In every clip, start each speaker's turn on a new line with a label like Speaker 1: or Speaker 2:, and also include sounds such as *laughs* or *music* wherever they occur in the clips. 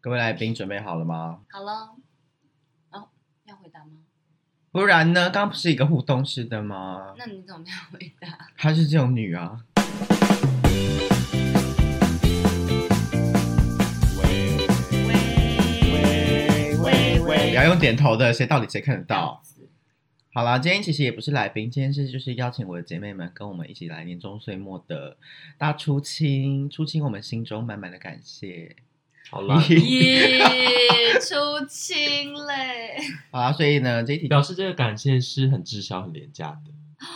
Speaker 1: 各位来宾准备好了吗？
Speaker 2: 好了，哦，要回答吗？
Speaker 1: 不然呢？刚刚不是一个互动式的吗？
Speaker 2: 那你怎么没有回
Speaker 3: *laughs*
Speaker 2: 答？
Speaker 1: 她是这种女啊。
Speaker 2: 喂喂
Speaker 1: 也要用点头的，谁到底谁看得到？
Speaker 2: 到
Speaker 1: 好啦，今天其实也不是来宾，今天是就是邀请我的姐妹们跟我们一起来年终岁末的大出清，出清我们心中满满的感谢。
Speaker 3: 好啦，
Speaker 2: 耶，出清嘞！
Speaker 1: 好啦，所以呢，这一题
Speaker 3: 表示这个感谢是很滞销、很廉价的，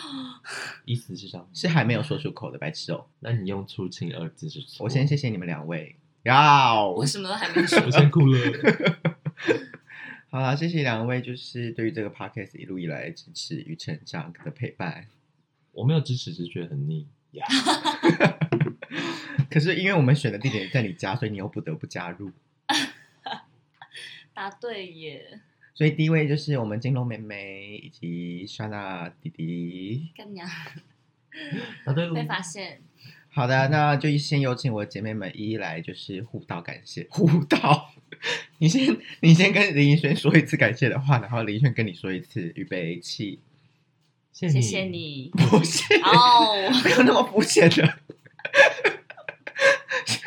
Speaker 3: 意思是这样。
Speaker 1: 是还没有说出口的白痴哦。
Speaker 3: 那你用“出清”二字是错
Speaker 1: 我先谢谢你们两位，要
Speaker 2: 我什么都还没说，
Speaker 3: 嗯我先哭了。
Speaker 1: 好啦，谢谢两位，就是对于这个 podcast 一路以来的支持与成长的陪伴。 *laughs*
Speaker 3: 我没有支持，只是觉得很腻。Yeah
Speaker 1: 可是因为我们选的地点在你家，所以你又不得不加入。
Speaker 2: *laughs* 答对耶！
Speaker 1: 所以第一位就是我们金龙妹妹以及莎娜弟弟。
Speaker 2: 干娘
Speaker 3: 答啊对
Speaker 2: 被
Speaker 3: 了，
Speaker 2: 发现，
Speaker 1: 好的，那就先有请我的姐妹们一一来，就是互道感谢。 *laughs* 互道，你先你先跟林依轩说一次感谢的话，然后林依轩跟你说一次，预备起。
Speaker 3: 嗯谢
Speaker 2: 谢谢。你
Speaker 1: *laughs* 不是，
Speaker 2: *laughs* 哦。
Speaker 1: 不要那么肤浅的，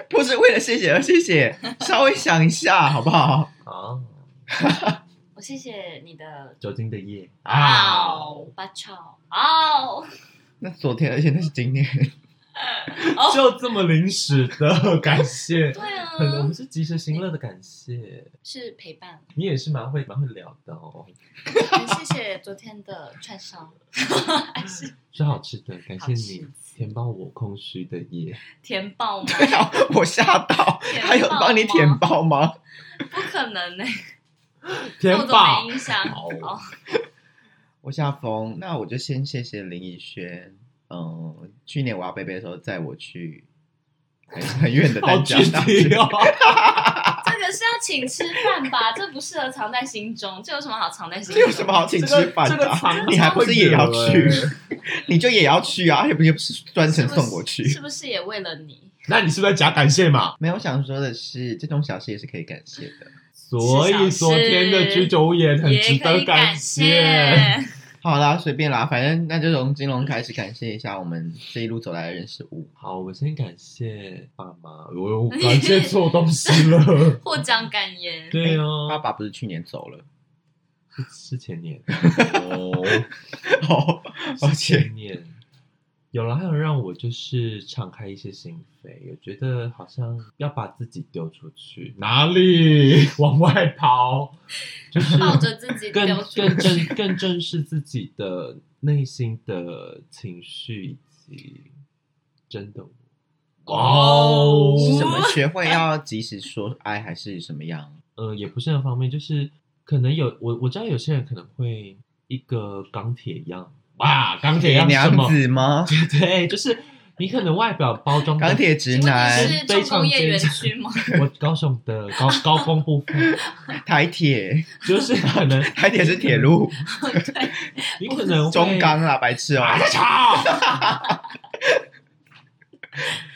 Speaker 1: 不是为了谢谢而谢谢，稍微想一下好不好？
Speaker 3: 啊，
Speaker 2: 我谢谢你的
Speaker 3: 酒精的夜，
Speaker 1: 啊
Speaker 2: 嗷巴超啊嗷，
Speaker 1: 那昨天，而且那是今天， *laughs*
Speaker 2: 哦
Speaker 3: 就这么临时的感谢。
Speaker 2: 对啊，
Speaker 3: 很，我们是及时行乐的感谢。
Speaker 2: 是陪伴。
Speaker 3: 你也是蛮会蛮会聊的哦，
Speaker 2: 很谢谢昨天的串烧，还是
Speaker 3: 吃好吃的，感谢你
Speaker 2: 好吃
Speaker 3: 填饱我空虚的夜。
Speaker 2: 填
Speaker 3: *laughs*
Speaker 2: 爆吗？
Speaker 1: 对啊，我吓到，
Speaker 2: 填
Speaker 1: 他有
Speaker 2: 爆
Speaker 1: 帮你
Speaker 2: 吗
Speaker 1: 填包吗？
Speaker 2: 不可能呢、
Speaker 3: 填
Speaker 2: 我怎么
Speaker 3: 饱
Speaker 2: 没，印象？
Speaker 3: 好
Speaker 2: 哦，
Speaker 1: 我下风，那我就先谢谢林以轩。嗯，去年我要贝贝的时候，载我去还是很远的
Speaker 3: 好
Speaker 1: 淡江
Speaker 3: 具
Speaker 1: 大
Speaker 3: 体
Speaker 1: 学。
Speaker 3: 哦。
Speaker 2: 这个是要请吃饭吧？这不适合藏在心中，这有什么好藏在心
Speaker 1: 这
Speaker 2: 中？
Speaker 1: 有什么好请吃饭
Speaker 3: 这
Speaker 1: 的
Speaker 3: 个
Speaker 1: 啊、 *laughs*
Speaker 3: 藏
Speaker 1: 你还不是也要去
Speaker 3: 藏
Speaker 1: *laughs*
Speaker 3: 着？
Speaker 1: 你就也要去啊？而且不也不是专
Speaker 2: 是
Speaker 1: 程
Speaker 2: 不是
Speaker 1: 送我去。
Speaker 2: 是不是也为了
Speaker 1: *laughs*
Speaker 2: 你？
Speaker 3: 那你是不是在假感谢嘛？
Speaker 1: 没有我想说的是，这种小事也是可以感谢的。
Speaker 3: 所以昨天的居酒屋也很值
Speaker 2: 也可
Speaker 3: 得
Speaker 2: 以感
Speaker 3: 谢。
Speaker 2: 谢。。
Speaker 1: 好啦，随便啦，反正那就从金龙开始感谢一下我们这一路走来的人事物。
Speaker 3: 好，我先感谢爸
Speaker 1: *laughs*
Speaker 3: 妈，我我感谢错东西了
Speaker 2: 获奖感言，
Speaker 3: 对
Speaker 1: 哎爸
Speaker 3: 哦，
Speaker 1: 爸不是去年走了，
Speaker 3: 是
Speaker 1: *laughs*
Speaker 3: 前年哦，
Speaker 1: 哦，而
Speaker 3: 是
Speaker 1: 且
Speaker 3: 前年有了，还有让我就是敞开一些心扉，我觉得好像要把自己丢出去，哪里 *laughs* 往外跑，就是
Speaker 2: 抱着自己
Speaker 3: 更
Speaker 2: 丢出
Speaker 3: 更
Speaker 2: 去
Speaker 3: 正更正视自己的内心的情绪以及真的我。哇哦
Speaker 1: 是
Speaker 2: 什
Speaker 1: 什么学会要及时说爱还是什么样？
Speaker 3: 呃，也不是很方便，就是可能有我我知道有些人可能会一个钢铁一样，哇，钢铁一
Speaker 1: 铁
Speaker 3: 样
Speaker 1: 娘
Speaker 3: 什么？
Speaker 1: 子吗？
Speaker 3: *laughs* 对，就是你可能外表包装得
Speaker 1: 钢，铁直
Speaker 2: 请问
Speaker 1: 男
Speaker 2: 你是重工业园区吗？
Speaker 3: 我高雄的高高工部分，
Speaker 1: 台铁，
Speaker 3: 就是
Speaker 1: *laughs*
Speaker 3: 可能
Speaker 1: 台铁是铁
Speaker 3: *laughs*
Speaker 1: 路，
Speaker 3: 你可能会
Speaker 1: 中钢啦，白痴哦、
Speaker 3: 还在吵。 *laughs*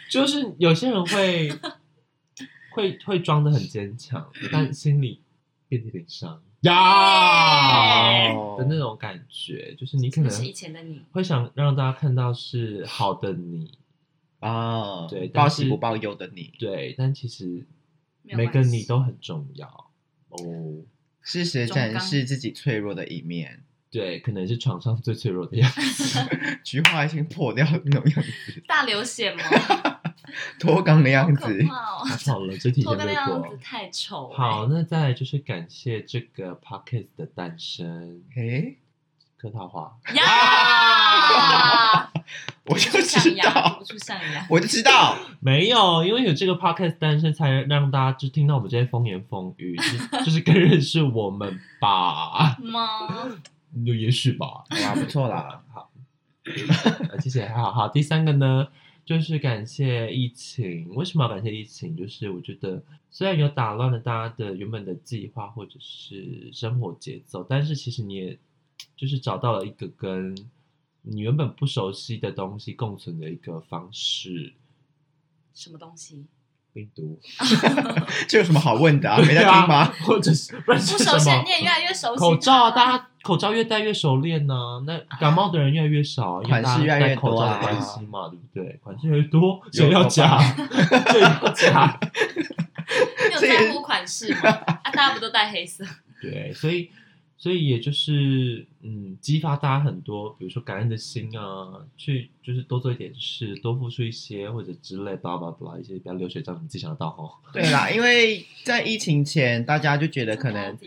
Speaker 3: 就是有些人 *laughs* 会会会装的很坚强，但心里遍体鳞伤呀
Speaker 1: 哦
Speaker 3: 的那种感觉，就是你可
Speaker 2: 那是以
Speaker 3: 能
Speaker 2: 前的你，
Speaker 3: 会想让大家看到是好的你，
Speaker 1: 啊，
Speaker 3: 对
Speaker 1: 报
Speaker 3: 但
Speaker 1: 喜
Speaker 3: 是
Speaker 1: 不报忧的你
Speaker 3: 对，但其实
Speaker 2: 没有
Speaker 3: 每个
Speaker 2: 关系
Speaker 3: 你都很重要哦。
Speaker 1: 适时
Speaker 2: 中
Speaker 1: 展
Speaker 2: 钢
Speaker 1: 示自己脆弱的一面，
Speaker 3: 对，可能是床上最脆弱的样子，
Speaker 1: 菊花已经破掉的那种样子，
Speaker 2: 大流
Speaker 1: *laughs*
Speaker 2: 血吗？
Speaker 1: 脱肛的
Speaker 2: 好
Speaker 1: 样
Speaker 2: 可
Speaker 1: 子。
Speaker 2: 怕哦！
Speaker 3: 好了，这
Speaker 2: *laughs*
Speaker 3: 题
Speaker 2: 脱个
Speaker 3: 先
Speaker 2: 那
Speaker 3: 略
Speaker 2: 样子
Speaker 3: 过。
Speaker 2: 太丑了。
Speaker 3: 好，那再来就是感谢这个 podcast 的诞生，
Speaker 1: 诶，
Speaker 3: 客套话。
Speaker 2: 呀，
Speaker 1: *laughs* 我就
Speaker 2: 象
Speaker 1: 知
Speaker 2: 牙，
Speaker 1: 道，
Speaker 2: 不出象牙。
Speaker 1: 我就知道，
Speaker 3: 没有，因为有这个 podcast 诞生，才让大家就听到我们这些风言风语，就就是更认识我们吧。 *laughs*
Speaker 2: 吗？
Speaker 3: 就也许吧。
Speaker 1: 好啦，不错啦。
Speaker 3: 好， *laughs* 呃，谢谢，还好。好，第三个呢，就是感谢疫情。为什么要感谢疫情？就是我觉得虽然有打乱了大家的原本的计划或者是生活节奏，但是其实你也就是找到了一个跟你原本不熟悉的东西共存的一个方式。
Speaker 2: 什么东西？
Speaker 3: 病毒，
Speaker 1: *laughs* 这有什么好问的啊？没在
Speaker 3: 对
Speaker 1: 听
Speaker 3: 啊
Speaker 1: 吗？？
Speaker 3: *laughs* 或者是不然
Speaker 2: 不
Speaker 3: 是
Speaker 2: 熟悉
Speaker 3: 什么
Speaker 2: 你也越来越熟悉。
Speaker 3: 口罩啊，大家口罩越戴越熟练呢、那感冒的人越来越少，因为
Speaker 1: 款式
Speaker 3: 大家
Speaker 1: 越来越
Speaker 3: 戴口
Speaker 1: 多
Speaker 3: 罩
Speaker 1: 啊
Speaker 3: 的关系嘛，对不对？款式越来越多，谁
Speaker 1: 有
Speaker 3: 要
Speaker 1: 有 *laughs*
Speaker 3: 加？谁要加？
Speaker 2: 你有在乎款式吗？啊，大家不都戴黑色？
Speaker 3: 对，所以所以也就是嗯，激发大家很多，比如说感恩的心啊，去就是多做一点事，多付出一些或者之类，巴拉巴拉巴拉一些，不要流水账，你自己想得到
Speaker 1: *laughs*
Speaker 3: 哦。
Speaker 1: *laughs* 对啦，因为在疫情前，大家就觉得可能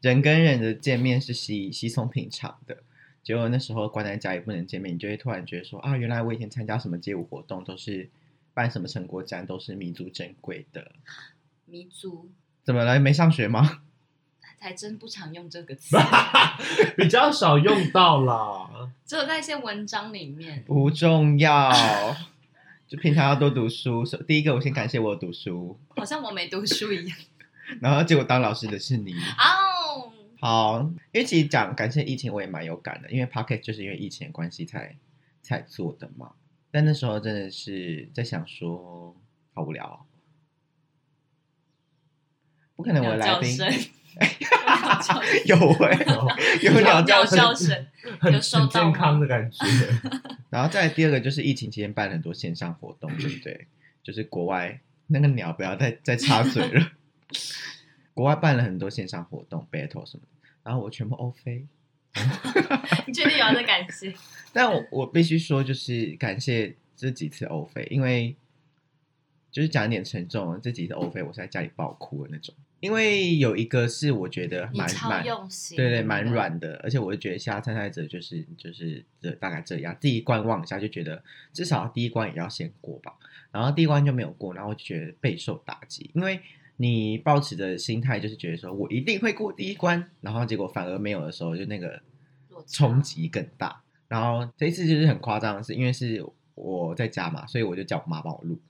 Speaker 1: 人跟人的见面是稀稀松平常的，结果那时候关在家也不能见面，你就会突然觉得说啊，原来我以前参加什么街舞活动都是办什么成果展都是弥足珍贵的。
Speaker 2: 迷族
Speaker 1: 怎么了？没上学吗？ *laughs*
Speaker 2: 还真不常用这个词，
Speaker 3: 比较少用到啦。
Speaker 2: 只有在一些文章里面。
Speaker 1: 不重要， *laughs* 就平常要多读书。首第一个，我先感谢我有读书，
Speaker 2: 好像我没读书一样。
Speaker 1: 然后结果当老师的是你。
Speaker 2: 哦，
Speaker 1: 好，因为其实讲感谢疫情，我也蛮有感的，因为 Pocket 就是因为疫情的关系才才做的嘛。但那时候真的是在想说，好无聊、哦，不可能我的
Speaker 2: 鸟
Speaker 1: 来
Speaker 2: 叫
Speaker 1: 宾
Speaker 2: 声，鸟叫
Speaker 1: *laughs*
Speaker 2: 声
Speaker 1: 有喂、有
Speaker 2: 鸟
Speaker 1: 鸟叫声。
Speaker 2: 叫声，
Speaker 3: 很
Speaker 2: 有收到
Speaker 3: 很健康的感觉，
Speaker 1: 然后再来第二个就是疫情期间办了很多线上活动，对不对？就是国外那个鸟不要再再插嘴了， *laughs* 国外办了很多线上活动 battle 什么的，然后我全部欧飞。
Speaker 2: 你确定有人在感谢？
Speaker 1: 但我我必须说，就是感谢这几次欧飞，因为就是讲一点沉重的，这几次欧飞我是在家里爆哭的那种，因为有一个是我觉得
Speaker 2: 你
Speaker 1: 蛮
Speaker 2: 超
Speaker 1: 蛮
Speaker 2: 用心，
Speaker 1: 对对，蛮。软的，而且我就觉得其他参赛者就是就是这大概这样，第一关望一下就觉得至少第一关也要先过吧，然后第一关就没有过，然后就觉得备受打击，因为你抱持的心态就是觉得说我一定会过第一关，然后结果反而没有的时候，就那个
Speaker 2: 落差
Speaker 1: 冲击更大。然后这一次就是很夸张的是，因为是我在家嘛，所以我就叫我妈帮我录。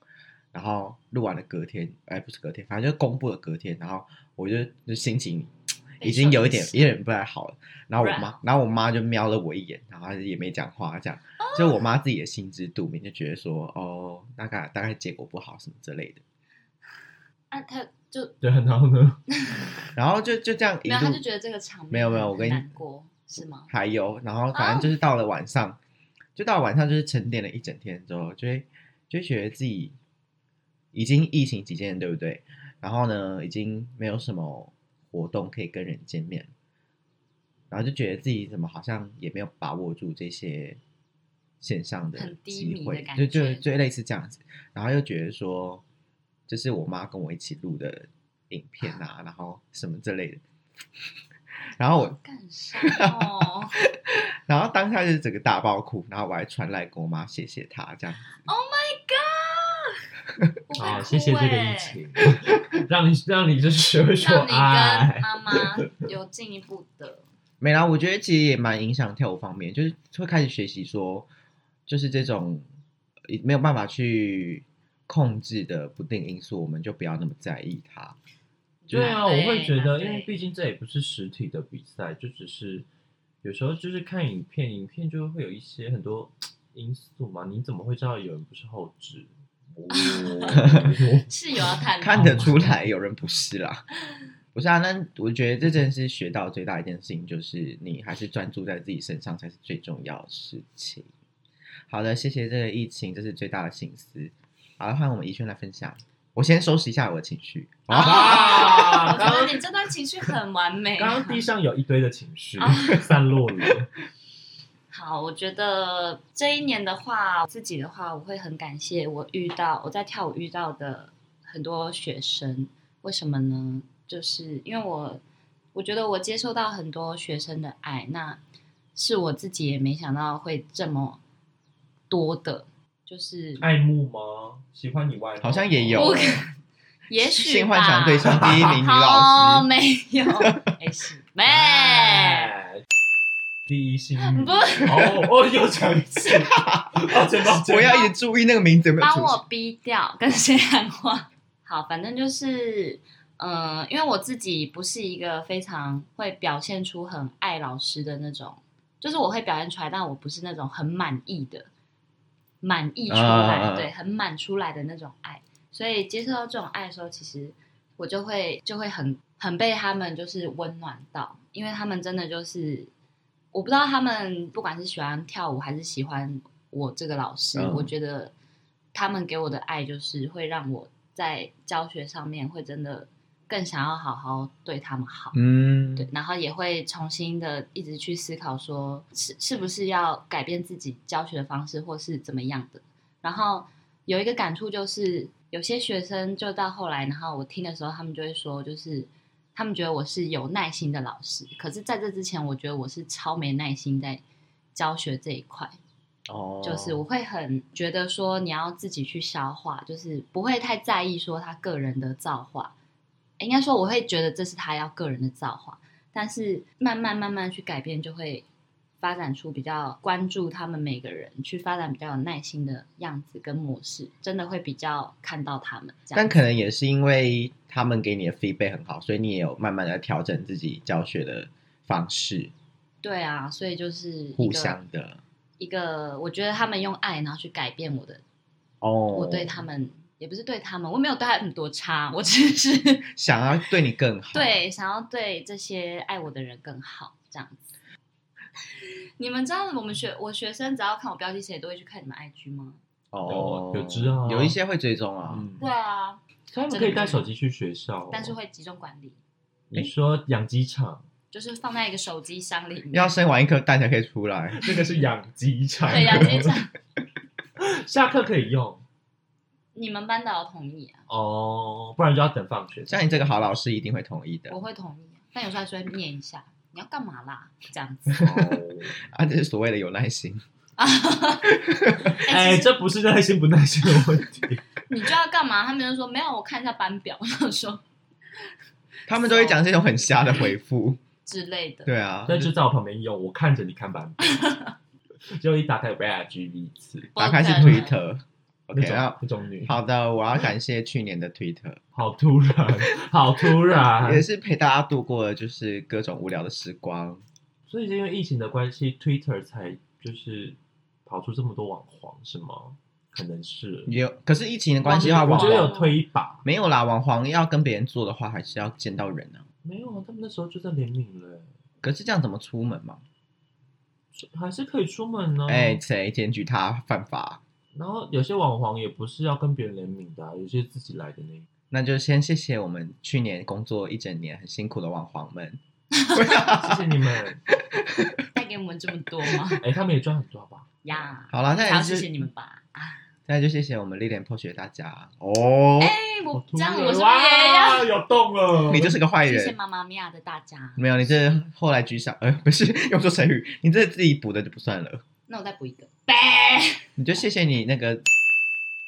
Speaker 1: 然后录完了隔天，哎，不是隔天，反正就公布了隔天，然后我就就心情已经有一点
Speaker 2: 被受
Speaker 1: 有点不太好了。然后我
Speaker 2: 不然
Speaker 1: 妈，然后我妈就瞄了我一眼，然后也没讲话，这样。
Speaker 2: 哦
Speaker 1: 所以我妈自己也心知肚明，就觉得说，哦，大概大概结果不好什么之类的。
Speaker 2: 啊，他就
Speaker 3: 对，然后呢？
Speaker 1: 然后就就这样一
Speaker 2: 没有，他就
Speaker 1: 路
Speaker 2: 觉得这个场面
Speaker 1: 没有没有我跟
Speaker 2: 很
Speaker 1: 你
Speaker 2: 难过是吗？
Speaker 1: 还有，然后
Speaker 2: 哦
Speaker 1: 反正就是到了晚上，就到了晚上就是沉淀了一整天之后，就会就会觉得自己已经疫情期间，对不对？然后呢，已经没有什么活动可以跟人见面，然后就觉得自己怎么好像也没有把握住这些线上的
Speaker 2: 很低迷
Speaker 1: 机
Speaker 2: 的
Speaker 1: 会，
Speaker 2: 感
Speaker 1: 就就
Speaker 2: 觉
Speaker 1: 就类似这样子。然后又觉得说，这是我妈跟我一起录的影片啊，然后什么之类的。 *laughs* 然后我
Speaker 2: 干啥哦
Speaker 1: 然后当下就是整个大爆哭，然后我还传来跟我妈谢谢她这样。
Speaker 2: 我会
Speaker 3: 啊，
Speaker 1: 哦
Speaker 2: 哭
Speaker 3: 谢谢这个
Speaker 2: 欸
Speaker 3: 疫情， *laughs* 让你让你就是学会说
Speaker 2: 让你跟
Speaker 3: 爱。
Speaker 2: 妈妈有进一步的，
Speaker 1: *laughs* 没啦，我觉得其实也蛮影响跳舞方面，就是会开始学习说，就是这种呃没有办法去控制的不定因素，我们就不要那么在意它。
Speaker 3: 对啊，我
Speaker 2: 对
Speaker 3: 会觉
Speaker 2: 那
Speaker 3: 得，
Speaker 2: 对
Speaker 3: 因为毕竟这也不是实体的比赛，就只是有时候就是看影片，影片就会有一些很多因素嘛，你怎么会知道有人不是后
Speaker 2: *laughs*
Speaker 3: 置？哦
Speaker 2: 是有要探
Speaker 1: *laughs*
Speaker 2: 讨
Speaker 1: 看得出来有人不是啦，不是啊。那我觉得这真的是学到最大一件事情，就是你还是专注在自己身上才是最重要的事情。好的，谢谢这个疫情，这是最大的心思。好了，换我们怡轩来分享。我先收拾一下我的情 *laughs* 绪。啊，
Speaker 2: 啊！
Speaker 3: 啊
Speaker 2: 我觉得你这段情绪很完美。
Speaker 3: 刚刚地上有一堆的情绪
Speaker 2: 啊
Speaker 3: 散落了，
Speaker 2: 好，我觉得这一年的话，自己的话，我会很感谢我遇到我在跳舞遇到的很多学生。为什么呢？就是因为我我觉得我接受到很多学生的爱，那是我自己也没想到会这么多的，
Speaker 1: *laughs*
Speaker 2: 就是
Speaker 3: 爱慕吗？喜欢你外貌吗
Speaker 1: 好像也有
Speaker 2: 不可也许
Speaker 1: 性幻
Speaker 2: 吧
Speaker 1: 想对象第一名女
Speaker 2: *laughs* 好，
Speaker 1: 老师，
Speaker 2: 没有，没
Speaker 1: *laughs*
Speaker 2: 事，
Speaker 1: 欸
Speaker 2: 没。 *laughs*
Speaker 3: 哎第一性欲
Speaker 2: 不
Speaker 3: 哦哦，又讲一
Speaker 2: *laughs*
Speaker 3: 次，抱歉抱
Speaker 1: *laughs*
Speaker 3: 歉，
Speaker 1: 我要一直注意那个名字有没有出
Speaker 2: 帮
Speaker 1: 现。
Speaker 2: 我逼掉，跟谁喊话？好，反正就是，呃，因为我自己不是一个非常会表现出很爱老师的那种，就是我会表现出来，但我不是那种很满意的，满意出来，
Speaker 1: 啊啊啊
Speaker 2: 对，很满出来的那种爱，所以接受到这种爱的时候，其实我就会就会很很被他们就是温暖到，因为他们真的就是我不知道他们不管是喜欢跳舞还是喜欢我这个老师，
Speaker 1: 嗯
Speaker 2: 我觉得他们给我的爱就是会让我在教学上面会真的更想要好好对他们好。
Speaker 1: 嗯，
Speaker 2: 对，然后也会重新的一直去思考说，是是不是要改变自己教学的方式，或是怎么样的。然后有一个感触就是，有些学生就到后来，然后我听的时候，他们就会说，就是他们觉得我是有耐心的老师，可是在这之前，我觉得我是超没耐心在教学这一块。
Speaker 1: 哦，
Speaker 2: 就是我会很觉得说你要自己去消化，就是不会太在意说他个人的造化。诶应该说我会觉得这是他要个人的造化，但是慢慢慢慢去改变，就会发展出比较关注他们每个人，去发展比较有耐心的样子跟模式，真的会比较看到他们这样
Speaker 1: 但
Speaker 2: 子。
Speaker 1: 可能也是因为他们给你的 feedback 很好，所以你也有慢慢的调整自己教学的方式，
Speaker 2: 对啊，所以就是一个
Speaker 1: 互相的
Speaker 2: 一个，我觉得他们用爱然后去改变我的，
Speaker 1: 哦。
Speaker 2: 我对他们也不是对他们，我没有对他们多差，我只是。
Speaker 1: 想要对你更好，，
Speaker 2: 对，想要对这些爱我的人更好，这样子。你们知道我们学我学生只要看我标记谁都会去看你们 IG 吗？
Speaker 1: 哦，
Speaker 3: 有有知道啊
Speaker 1: 有一些会追踪啊，
Speaker 3: 嗯，
Speaker 2: 对啊，
Speaker 3: 所以他们可以带手机去学校哦，
Speaker 2: 但是会集中管理，
Speaker 3: 你说养鸡场，
Speaker 2: 就是放在一个手机箱里面。
Speaker 1: 要生完一颗蛋才可以出来，
Speaker 3: 那个是养鸡场，
Speaker 2: 对呀，接着 *laughs*
Speaker 3: 下课可以用
Speaker 2: 你们班导同意啊，
Speaker 3: 哦，不然就要等放
Speaker 1: *laughs*
Speaker 3: 学。
Speaker 1: 像你这个好老师一定会同意的
Speaker 2: 我会同意啊、但有时候还是会念一下，你要干嘛啦？这样
Speaker 1: *laughs*
Speaker 2: 子
Speaker 1: 啊，这是所谓的有耐心，
Speaker 2: 啊，哎、
Speaker 3: 哎，
Speaker 2: 其实
Speaker 3: 这不是耐心不耐心的问题，
Speaker 1: 哎
Speaker 2: 你就要干嘛？他们就说没有，我看一下班表，然后说
Speaker 1: 他们都会讲这种很瞎的回
Speaker 2: *laughs*
Speaker 1: 复，
Speaker 2: 之类的。
Speaker 1: 对啊，
Speaker 3: 那就在我旁边用，我看着你看版本，就一打开 Red G 一次，
Speaker 1: 打开是
Speaker 2: 不可能
Speaker 1: Twitter。OK，
Speaker 3: 那种
Speaker 1: 那
Speaker 3: 那种女，
Speaker 1: 好的，我要感谢去年的 Twitter，
Speaker 3: 好突然，
Speaker 1: *laughs*
Speaker 3: 好突然
Speaker 1: 也，是陪大家度过了就是各种无聊的时光。
Speaker 3: 所以是因为疫情的关系，Twitter 才就是跑出这么多网黄是吗？可能是，
Speaker 1: 也有，可是疫情的关系的话，
Speaker 3: 我
Speaker 1: 网
Speaker 3: 觉得有
Speaker 1: 黄
Speaker 3: 推一把，
Speaker 1: 没有啦，网黄要跟别人做的话，还是要见到人啊。
Speaker 3: 没有啊，他们那时候就在联名了，欸
Speaker 1: 可是这样怎么出门嘛？
Speaker 3: 还是可以出门呢。
Speaker 1: 哎、谁检举他犯法？
Speaker 3: 然后有些网黄也不是要跟别人联名的啊、有些自己来的那种。
Speaker 1: 那就先谢谢我们去年工作一整年很辛苦的网黄们。
Speaker 3: 谢谢你们，
Speaker 2: 带给我们这么多
Speaker 1: *laughs*
Speaker 2: 吗？
Speaker 3: 哎、他们也赚很多，好不好？
Speaker 2: 呀，
Speaker 1: 好啦，那
Speaker 2: 好
Speaker 1: 也
Speaker 2: 谢
Speaker 1: 是
Speaker 2: 谢你们吧。
Speaker 1: 那就谢谢我们历练破学大家哦。
Speaker 2: 哎，我
Speaker 3: 突
Speaker 2: 这样
Speaker 3: 然
Speaker 2: 我是不是也要？
Speaker 3: 哇，有动了，
Speaker 1: 你就是个坏
Speaker 2: 谢谢
Speaker 1: 人，嗯
Speaker 2: 妈妈咪呀的大家。
Speaker 1: 没有你这后来居上，呃，不是用说成语，你这自己补的就不算了。
Speaker 2: 那我再补一个。呗，
Speaker 1: 你就谢谢你那个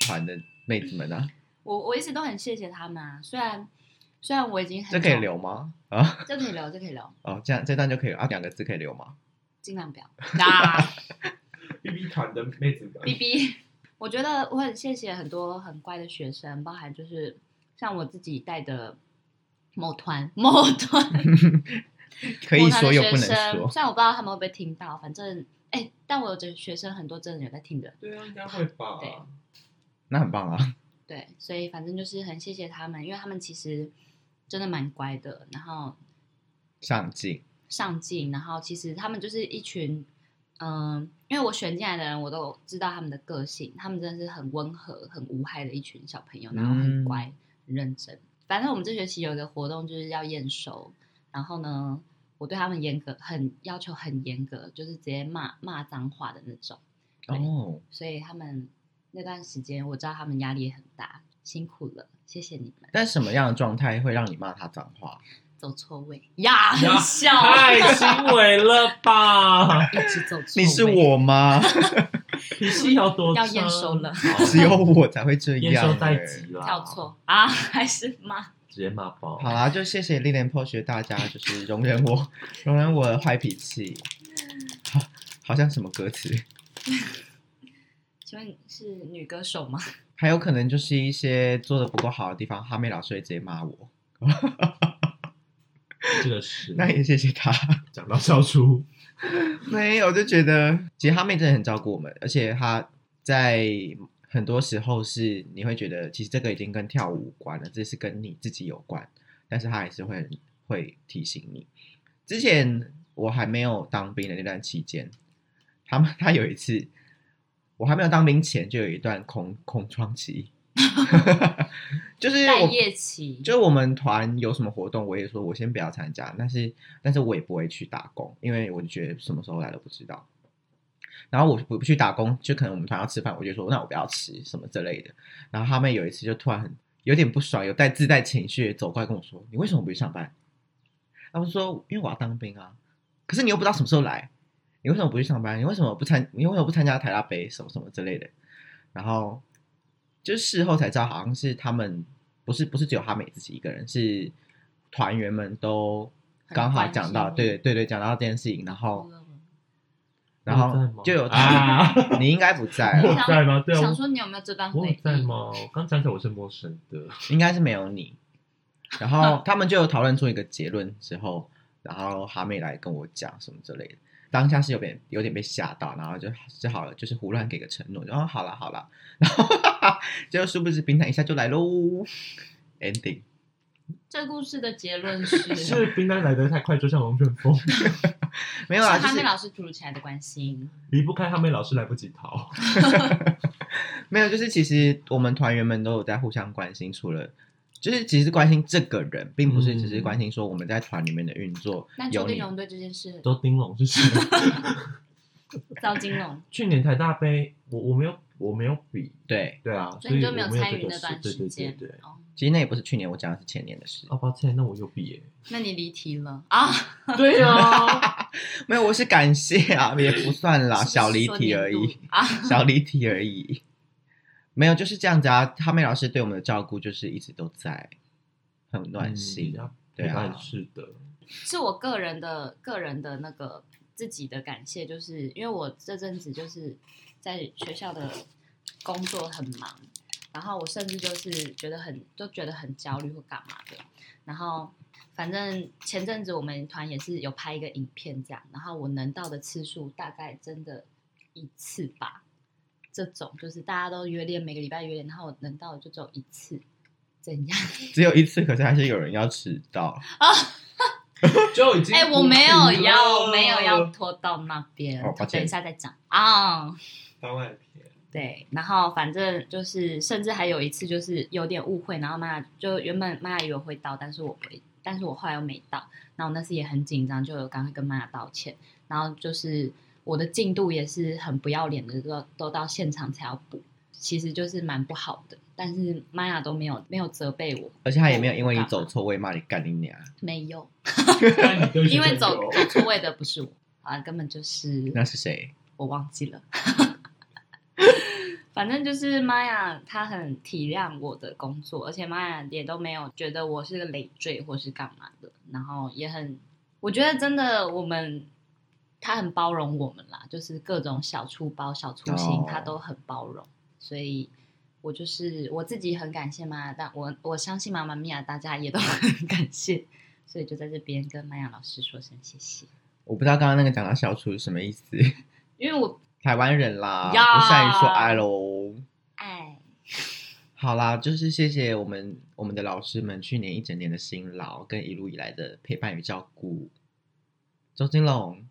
Speaker 1: 团的妹子们啊，
Speaker 2: 我我一直都很谢谢他们啊，虽然虽然我已经
Speaker 1: 这
Speaker 2: 很
Speaker 1: 可以
Speaker 2: 久，
Speaker 1: 留吗？啊
Speaker 2: 这可以留，这可以留，
Speaker 1: 哦，这样这段就可以啊，两个字可以留吗？
Speaker 2: 尽
Speaker 1: *laughs*
Speaker 2: 量不要。啊
Speaker 3: B B 团的妹子们
Speaker 2: ，B B，我觉得我很谢谢很多很乖的学生，包含就是像我自己带的某团 *laughs* 某团，
Speaker 1: *laughs* 可以说又不
Speaker 2: 某团的
Speaker 1: 能
Speaker 2: 学生
Speaker 1: 说，
Speaker 2: 虽然我不知道他们会不会听到，反正哎、但我的学生很多真的有在听的，
Speaker 3: 对啊，应该会吧
Speaker 2: 对
Speaker 1: 那很棒啊。
Speaker 2: 对，所以反正就是很谢谢他们，因为他们其实真的蛮乖的，然后
Speaker 1: 上进，
Speaker 2: 上进，然后其实他们就是一群，嗯、因为我选进来的人，我都知道他们的个性，他们真的是很温和、很无害的一群小朋友，然后很乖、很认真。反正我们这学期有一个活动就是要验收，然后呢，我对他们严格，很要求很严格，就是直接骂骂脏话的那种。对
Speaker 1: 哦，
Speaker 2: 所以他们那段时间，我知道他们压力也很大，辛苦了，谢谢你们，
Speaker 1: 但什么样的状态会让你骂他脏话？
Speaker 2: 走错位呀，很啊
Speaker 3: 呀
Speaker 2: 笑，
Speaker 3: 太轻微了吧？
Speaker 2: *laughs* 一直走错位，
Speaker 1: 你是我
Speaker 2: *laughs*
Speaker 1: 吗？
Speaker 3: 脾气要多
Speaker 2: 要
Speaker 3: 差
Speaker 2: 验收了，
Speaker 1: *laughs* 只有我才会这
Speaker 3: 验收
Speaker 1: 样、
Speaker 3: 在
Speaker 1: 欸。
Speaker 3: 即啦，
Speaker 2: 跳，错啊， *laughs* 还是骂
Speaker 3: 直接骂爆。
Speaker 1: 好啦，就谢谢历练破学大家，就是容忍我，容忍我的坏脾气。好，好像什么歌词？
Speaker 2: 请问是女歌手吗？
Speaker 1: 还有可能就是一些做的不够好的地方，哈妹老师会直接骂我。
Speaker 3: 这个是
Speaker 1: 那也谢谢她。
Speaker 3: 讲到笑出，
Speaker 1: 没有，我就觉得其实哈妹真的很照顾我们，而且她在很多时候是你会觉得，其实这个已经跟跳舞无关了，这是跟你自己有关，但是他还是会会提醒你。之前我还没有当兵的那段期间，他们他有一次，我还没有当兵前就有一段空空窗期， *laughs* 就是
Speaker 2: 待
Speaker 1: 我
Speaker 2: 业期，
Speaker 1: 就是我们团有什么活动，我也说我先不要参加，但是但是我也不会去打工，因为我觉得什么时候来都不知道。然后我我不去打工，就可能我们团要吃饭，我就说那我不要吃什么之类的。然后他们有一次就突然很有点不爽，有带自带情绪走过来跟我说：“你为什么不去上班？”他们说：“因为我要当兵啊，可是你又不知道什么时候来，你为什么不去上班？你为什么不参？你为什么不参加台大杯什么什么之类的？”然后就是事后才知道，好像是他们不是不是只有哈美自己一个人，是团员们都刚好讲到，
Speaker 2: 很关心嗯
Speaker 1: 对对对，讲到这件事情，然
Speaker 3: 啊
Speaker 1: 后然
Speaker 3: 我在吗
Speaker 1: 后就有
Speaker 3: 啊，
Speaker 1: 你应该不在啊，
Speaker 3: *laughs* 我在吗？对啊，
Speaker 2: 想说你有没有这段
Speaker 3: 我
Speaker 2: 回
Speaker 3: 有
Speaker 2: 忆？
Speaker 3: 在吗？我刚想起来我是陌生的，
Speaker 1: 应该是没有你。然
Speaker 2: 嗯
Speaker 1: 后他们就有讨论出一个结论之后，然后哈妹来跟我讲什么之类的。当下是有点有点被吓到，然后就只好就是胡乱给个承诺，然后好了好了，然后结果殊不知冰糖一下就来喽，ending。
Speaker 2: 这故事的结论是是
Speaker 3: *laughs* 是冰单来的太快，就像龙卷风，
Speaker 1: 没有啊，就
Speaker 2: 哈
Speaker 1: 是
Speaker 2: 妹老师突如其来的关心，
Speaker 3: *laughs* 离不开他们老师来不及逃。
Speaker 1: 没有，就是其实我们团员们都有在互相关心，除了就是其实关心这个人，并不是只是关心说我们在团里面的运作
Speaker 2: 嗯那
Speaker 1: 有
Speaker 2: 朱立
Speaker 1: 你
Speaker 2: 荣对这件事
Speaker 3: 周丁龙是谁？
Speaker 2: 遭金龙，
Speaker 3: *laughs* 去年台大杯，我我没有我没有比，
Speaker 1: 对。
Speaker 3: 对啊，
Speaker 2: 所以你就
Speaker 3: 我
Speaker 2: 没
Speaker 3: 没
Speaker 2: 有参
Speaker 3: 这
Speaker 2: 与
Speaker 3: 个
Speaker 2: 那段
Speaker 3: 事
Speaker 2: 时间。
Speaker 3: 对对对对，
Speaker 2: 哦，
Speaker 1: 其实那也不是去年，我讲的是前年的事。
Speaker 3: 哦，抱歉，那我有比耶。
Speaker 2: 那你离题了啊？*laughs*
Speaker 3: 对啊，
Speaker 1: 没有，我是感谢啊，也不算啦，
Speaker 2: 是不是
Speaker 1: 小离
Speaker 2: 说
Speaker 1: 题
Speaker 2: 年
Speaker 1: 而
Speaker 2: 度
Speaker 1: 已。
Speaker 2: 啊。
Speaker 1: 小离题而已。没有，就是这样子啊。哈妹老师对我们的照顾就是一直都在，很暖
Speaker 3: 嗯
Speaker 1: 心。对
Speaker 3: 对
Speaker 1: 啊
Speaker 3: 啊，是的，
Speaker 2: 是我个人的个人的那个自己的感谢，就是因为我这阵子就是在学校的工作很忙，然后我甚至就是觉得很就觉得很焦虑或干嘛的，然后。反正前阵子我们团也是有拍一个影片这样，然后我能到的次数大概真的一次吧，这种就是大家都约练，每个礼拜约练，然后我能到的就只有一次，怎样？
Speaker 1: 只有一次，可是还是有人要迟到。
Speaker 3: 就已经
Speaker 2: 哎、我没有要，
Speaker 3: 我
Speaker 2: 我没有要拖到那边，
Speaker 1: 哦抱歉
Speaker 2: 等一下再讲啊、
Speaker 3: 番外篇。
Speaker 2: 对，然后反正就是，甚至还有一次就是有点误会，然后妈妈就原本妈妈以为我会到，但是我回，但是我后来又没到，然后那次也很紧张，就有赶快跟妈妈道歉，然后就是我的进度也是很不要脸的，都都到现场才要补，其实就是蛮不好的，但是玛雅都没有没有责备我，
Speaker 1: 而且他也没有因为你走错位骂你干你娘，
Speaker 2: 没有，
Speaker 3: 那你
Speaker 2: *laughs*
Speaker 3: 就
Speaker 2: 因为走走错位的不是我啊，根本就是
Speaker 1: 那是谁？
Speaker 2: 我忘记了。反正就是玛雅，她很体谅我的工作，而且玛雅也都没有觉得我是个累赘或是干嘛的，然后也很，我觉得真的我们，她很包容我们啦，就是各种小粗包、小粗心
Speaker 1: 哦，
Speaker 2: 她都很包容，所以我就是我自己很感谢玛雅，但我我相信妈妈咪呀，大家也都很感谢，所以就在这边跟玛雅老师说声谢谢，
Speaker 1: 我不知道刚刚那个讲到小厨是什么意思。 *laughs*
Speaker 2: 因为我
Speaker 1: 台湾人啦，
Speaker 2: 呀
Speaker 1: 不善于说爱喽。
Speaker 2: 爱。
Speaker 1: 好啦，就是谢谢我们我们的老师们去年一整年的辛劳跟一路以来的陪伴与照顾。周金龙，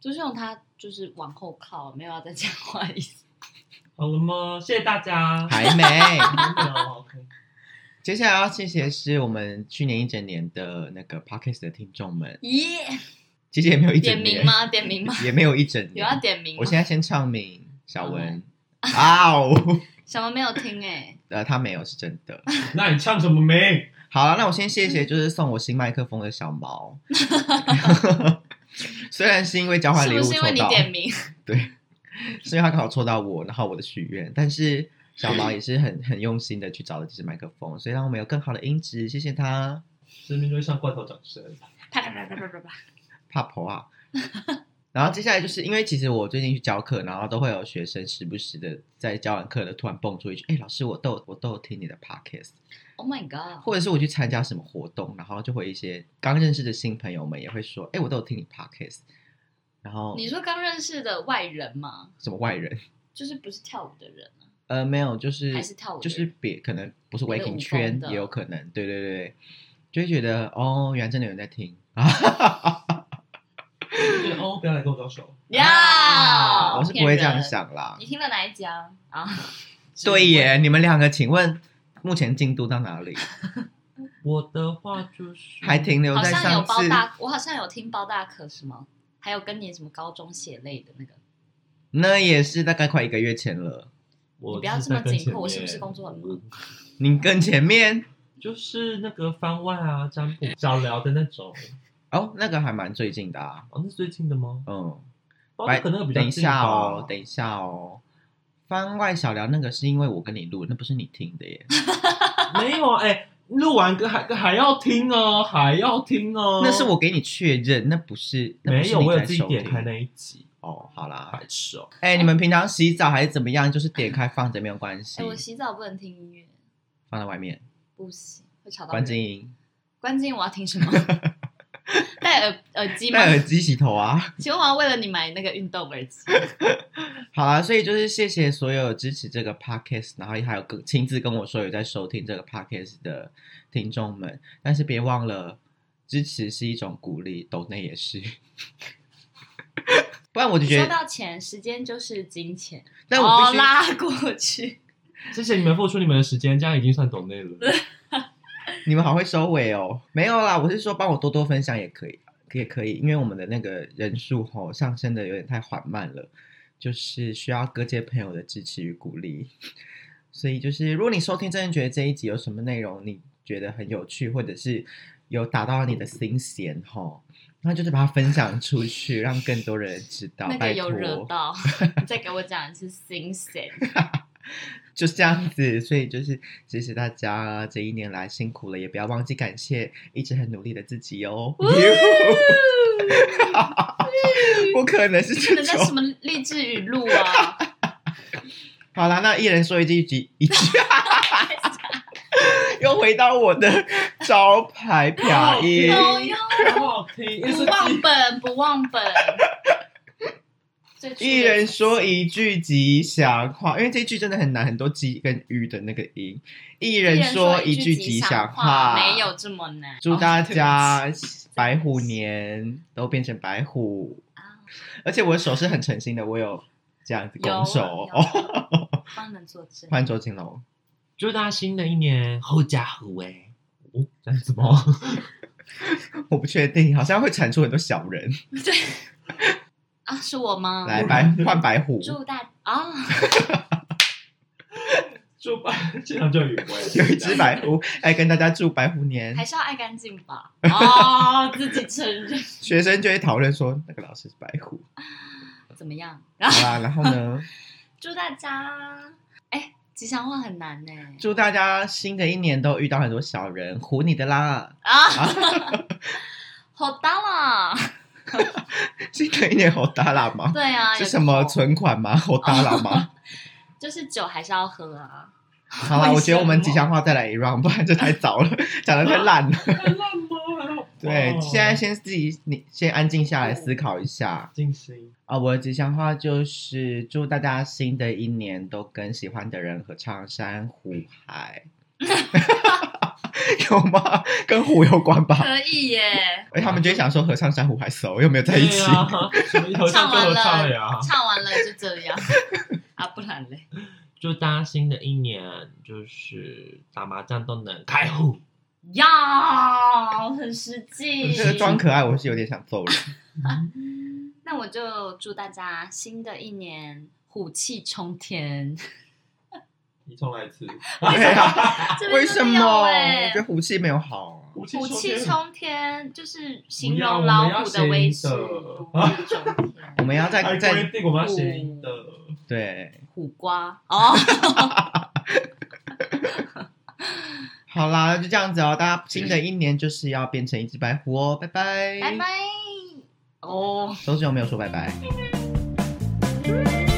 Speaker 2: 就是用他就是往后靠，没有要再讲话的意思。
Speaker 3: *laughs* 好了吗？谢谢大家。
Speaker 1: 还没。
Speaker 3: 没有 OK
Speaker 1: 接下来要谢谢是我们去年一整年的那个 podcast 的听众们，
Speaker 2: 咦，
Speaker 1: 其实也没有一
Speaker 2: *laughs* 点
Speaker 1: 整
Speaker 2: 名
Speaker 1: 年，
Speaker 2: 吗？点名吗？
Speaker 1: 也没有一整
Speaker 2: 有要
Speaker 1: 年。
Speaker 2: 点名吗？
Speaker 1: 我现在先唱名小文， *laughs* 啊哦，
Speaker 2: 什么没有听哎、
Speaker 1: 呃，他没有是真的。
Speaker 3: 那你唱什么名？
Speaker 1: 好了，那我先谢谢就是送我新麦克风的小
Speaker 2: *laughs*
Speaker 1: 毛， *laughs* 虽然是因为交换
Speaker 2: 是
Speaker 1: 礼
Speaker 2: 不
Speaker 1: 物
Speaker 2: 是因为
Speaker 1: 抽
Speaker 2: 你
Speaker 1: 到，
Speaker 2: 点名？
Speaker 1: 对，所以他刚好抽到我，然后我的许愿，但是小
Speaker 3: *laughs*
Speaker 1: 毛也是很很用心的去找了这支麦克风，所以让我们有更好的音质，谢谢他。
Speaker 3: 生命就会像罐头掌声。
Speaker 2: 啪啪啪啪啪啪啪！
Speaker 1: 怕婆啊。 *laughs* 然后接下来就是因为其实我最近去教课，然后都会有学生时不时的在教完课的突然蹦出一句：“哎、老师，我都有我都有听你的 podcast。
Speaker 2: *laughs* Oh my ” god！ *laughs*
Speaker 1: 或者是我去参加什么活动，然后就会一些刚认识的新朋友们也会说：“哎、我都有听你 podcast。”然后
Speaker 2: 你说刚认识的外人吗？
Speaker 1: 什么外人，
Speaker 2: 就是不是跳舞的人啊？
Speaker 1: 呃，没有，就是
Speaker 2: 还是跳舞的
Speaker 1: 就是别可能不是
Speaker 2: 别的
Speaker 1: waking
Speaker 2: 舞
Speaker 1: 圈
Speaker 2: 风的
Speaker 1: 也有可能，对对对，就会觉得哦，原来真的有人在听啊，
Speaker 3: 就是哦，不要来跟我招手。
Speaker 2: 呀，
Speaker 1: 啊我是不会这样想啦
Speaker 2: 骗人。。你听了哪一集啊？啊，
Speaker 1: 对耶，你们两个，请问目前进度到哪里？
Speaker 3: 我的话就是
Speaker 1: 还停留
Speaker 2: 好
Speaker 1: 在
Speaker 2: 像有
Speaker 1: 上
Speaker 2: 包
Speaker 1: 次？
Speaker 2: 大，我好像有听包大可什么，还有跟你什么高中血泪的那个，
Speaker 1: 那也是大概快一个月前了。
Speaker 3: 我
Speaker 2: 你不要
Speaker 3: 是
Speaker 2: 这么
Speaker 3: 在跟
Speaker 2: 紧
Speaker 3: 前
Speaker 2: 迫我是不
Speaker 3: 面
Speaker 2: 是工作很忙
Speaker 3: 嗯
Speaker 1: 你跟前面
Speaker 3: 就是那个番外啊，占
Speaker 1: 嗯
Speaker 3: 卜早聊的那种。
Speaker 1: 哦，那个还蛮最近的啊。
Speaker 3: 哦，那是最近的吗？
Speaker 1: 嗯，
Speaker 3: 包哦大可能比较
Speaker 1: 等一
Speaker 3: 近吧
Speaker 1: 下哦，等一下哦。番外小聊那个是因为我跟你录，那不是你听的耶，
Speaker 3: *laughs* 没有哎、录完歌还还要听哦，还要听哦。
Speaker 1: 那是我给你确认，那不是那不
Speaker 3: 没
Speaker 1: 是
Speaker 3: 有，
Speaker 1: 你
Speaker 3: 我有
Speaker 1: 在
Speaker 3: 自己
Speaker 1: 收
Speaker 3: 点
Speaker 1: 听
Speaker 3: 开那一集，
Speaker 1: 哦，好啦，
Speaker 3: 白痴哦。
Speaker 1: 哎、你们平常洗澡还是怎么样，就是点开放着没有关系
Speaker 2: 哎，，我洗澡不能听音乐，
Speaker 1: 放在外面，
Speaker 2: 不行，会吵到
Speaker 1: 关
Speaker 2: 人。
Speaker 1: 静音，
Speaker 2: 关静音我要听什
Speaker 1: *laughs*
Speaker 2: 么？戴耳耳机吗？
Speaker 1: 戴耳机洗头啊。
Speaker 2: 请问我要为了你买那个运动耳机？
Speaker 1: 好啦，所以就是谢谢所有支持这个 podcast，然后还有跟亲自跟我说有在收听这个 podcast 的听众们，但是别忘了支持是一种鼓励，抖内也是。 *laughs* 不然我就觉
Speaker 2: 说
Speaker 1: 得，
Speaker 2: 到钱，时间就是金钱，
Speaker 1: 但我
Speaker 2: 哦
Speaker 1: 必须
Speaker 2: 拉过去。
Speaker 3: 谢谢你们付出你们的时间，这样已经算懂内了。
Speaker 1: *laughs* 你们好会收尾哦。没有啦，我是说帮我多多分享也可以，啊也可以，因为我们的那个人数吼、上升的有点太缓慢了，就是需要各界朋友的支持与鼓励。所以就是，如果你收听真的觉得这一集有什么内容你觉得很有趣，或者是有打到你的心弦吼、那就是把它分享出去，让更多人知道。
Speaker 2: 那个
Speaker 1: 拜
Speaker 2: 有惹
Speaker 1: 托， *laughs*
Speaker 2: 到，你再给我讲一次心碎。
Speaker 1: 就这样子，所以就是谢谢大家啊这一年来辛苦了，也不要忘记感谢一直很努力的自己哦。不可能是这
Speaker 2: 真的在什
Speaker 1: 种。
Speaker 2: 么励志语
Speaker 1: *laughs*
Speaker 2: 录啊？
Speaker 1: 好啦，那一人说一句，一句一句， *laughs* 又回到我的招牌表音。
Speaker 2: 哦好用，
Speaker 3: 好好听，
Speaker 2: 不忘本，不忘本。最初的
Speaker 1: 一人说一句吉祥话，因为这句真的很难，很多吉跟鱼的那个音。一
Speaker 2: 一
Speaker 1: 人
Speaker 2: 人
Speaker 1: 说
Speaker 2: 一
Speaker 1: 句
Speaker 2: 吉
Speaker 1: 祥
Speaker 2: 话，没有这么难。
Speaker 1: 祝大
Speaker 2: 哦
Speaker 1: 家白虎年都变成白虎，
Speaker 2: 哦
Speaker 1: 而且我的手是很诚心的，我有这样子
Speaker 2: 对
Speaker 1: 拱
Speaker 2: 不起
Speaker 1: 手
Speaker 2: 有
Speaker 1: 哦。
Speaker 2: 啊有啊帮人作
Speaker 1: *laughs*
Speaker 2: 证。
Speaker 1: 换周金龙，
Speaker 3: 祝大家新的一年后加虎哎！哦，这样子吗？ *laughs*
Speaker 1: 我不确定，好像会产出很多小人。
Speaker 2: 对啊，是我吗？
Speaker 1: 来白换白虎，
Speaker 2: 祝大啊，
Speaker 3: 祝白，这样就有
Speaker 1: *laughs* 有一只
Speaker 3: *laughs*
Speaker 1: 白虎，哎，跟大家祝白虎年
Speaker 2: *laughs* 还。是要爱干净吧。哦，自己承认
Speaker 1: 学生就会讨论说那个老师是白虎，
Speaker 2: *laughs* 怎么样？然后
Speaker 1: 好啦，然后呢，
Speaker 2: 祝大家，哎，吉祥话很难呢。
Speaker 1: 祝大家新的一年都遇到很多小人，唬你的啦！
Speaker 2: 啊，好大啦！
Speaker 1: 新的一年好打啦吗？
Speaker 2: *laughs* 对啊，
Speaker 1: 是
Speaker 2: 有
Speaker 1: 什么
Speaker 2: 空
Speaker 1: 存款吗？好打啦吗？
Speaker 2: 就是酒还是要喝啊。
Speaker 1: *laughs* 好啦，
Speaker 3: 为
Speaker 1: 我觉得我们
Speaker 3: 什么
Speaker 1: 吉祥话再来一 round，不然这太早了， *laughs* 讲的太烂了。
Speaker 3: *laughs* 太烂吗？
Speaker 1: 对，现在先自己你先安静下来思考一下。
Speaker 3: 进行
Speaker 1: 啊，我的吉祥话就是祝大家新的一年都跟喜欢的人合唱《珊瑚海》， *laughs* 有吗？跟湖有关
Speaker 3: *laughs*
Speaker 1: 吧？
Speaker 2: 可以耶，
Speaker 1: 而且他们就会想说合唱《珊瑚海》熟，又没有在一起。
Speaker 3: 对啊什么头
Speaker 2: 唱
Speaker 3: 像就
Speaker 2: 完
Speaker 3: 合唱
Speaker 2: 了，
Speaker 3: 呀、
Speaker 2: 唱完了就
Speaker 1: *laughs*
Speaker 2: 这样啊，不然嘞，
Speaker 3: 祝大家新的一年就是打麻将都能开户，
Speaker 2: 要很实际。
Speaker 1: *laughs* 这个装可爱，我是有点想
Speaker 2: *laughs*
Speaker 1: 揍人。
Speaker 2: 那我就祝大家新的一年虎气冲天。
Speaker 3: 你重来一次，
Speaker 1: 对啊，
Speaker 2: 这
Speaker 1: 为
Speaker 2: 边
Speaker 1: 什
Speaker 2: 真
Speaker 1: 么？
Speaker 2: 的有欸
Speaker 1: 我
Speaker 2: 耶
Speaker 1: 觉得虎气没有好。啊
Speaker 2: 虎气冲天就是形
Speaker 3: 不要
Speaker 2: 容老
Speaker 3: 我们要
Speaker 2: 虎的
Speaker 3: 谐
Speaker 2: 威
Speaker 3: 音 *laughs*
Speaker 2: 势，
Speaker 3: 的
Speaker 2: 如虎冲天
Speaker 1: 我。们要
Speaker 3: 还
Speaker 1: 再
Speaker 3: 规
Speaker 1: 再
Speaker 3: 定我们要谐音的，
Speaker 1: 对，
Speaker 2: 苦瓜哦，
Speaker 1: 好啦，就这样子哦。大家新的一年就是要变成一只白虎哦，拜拜。 *laughs*
Speaker 2: 拜拜哦。
Speaker 1: 周志勇没有说拜拜。
Speaker 2: 拜拜。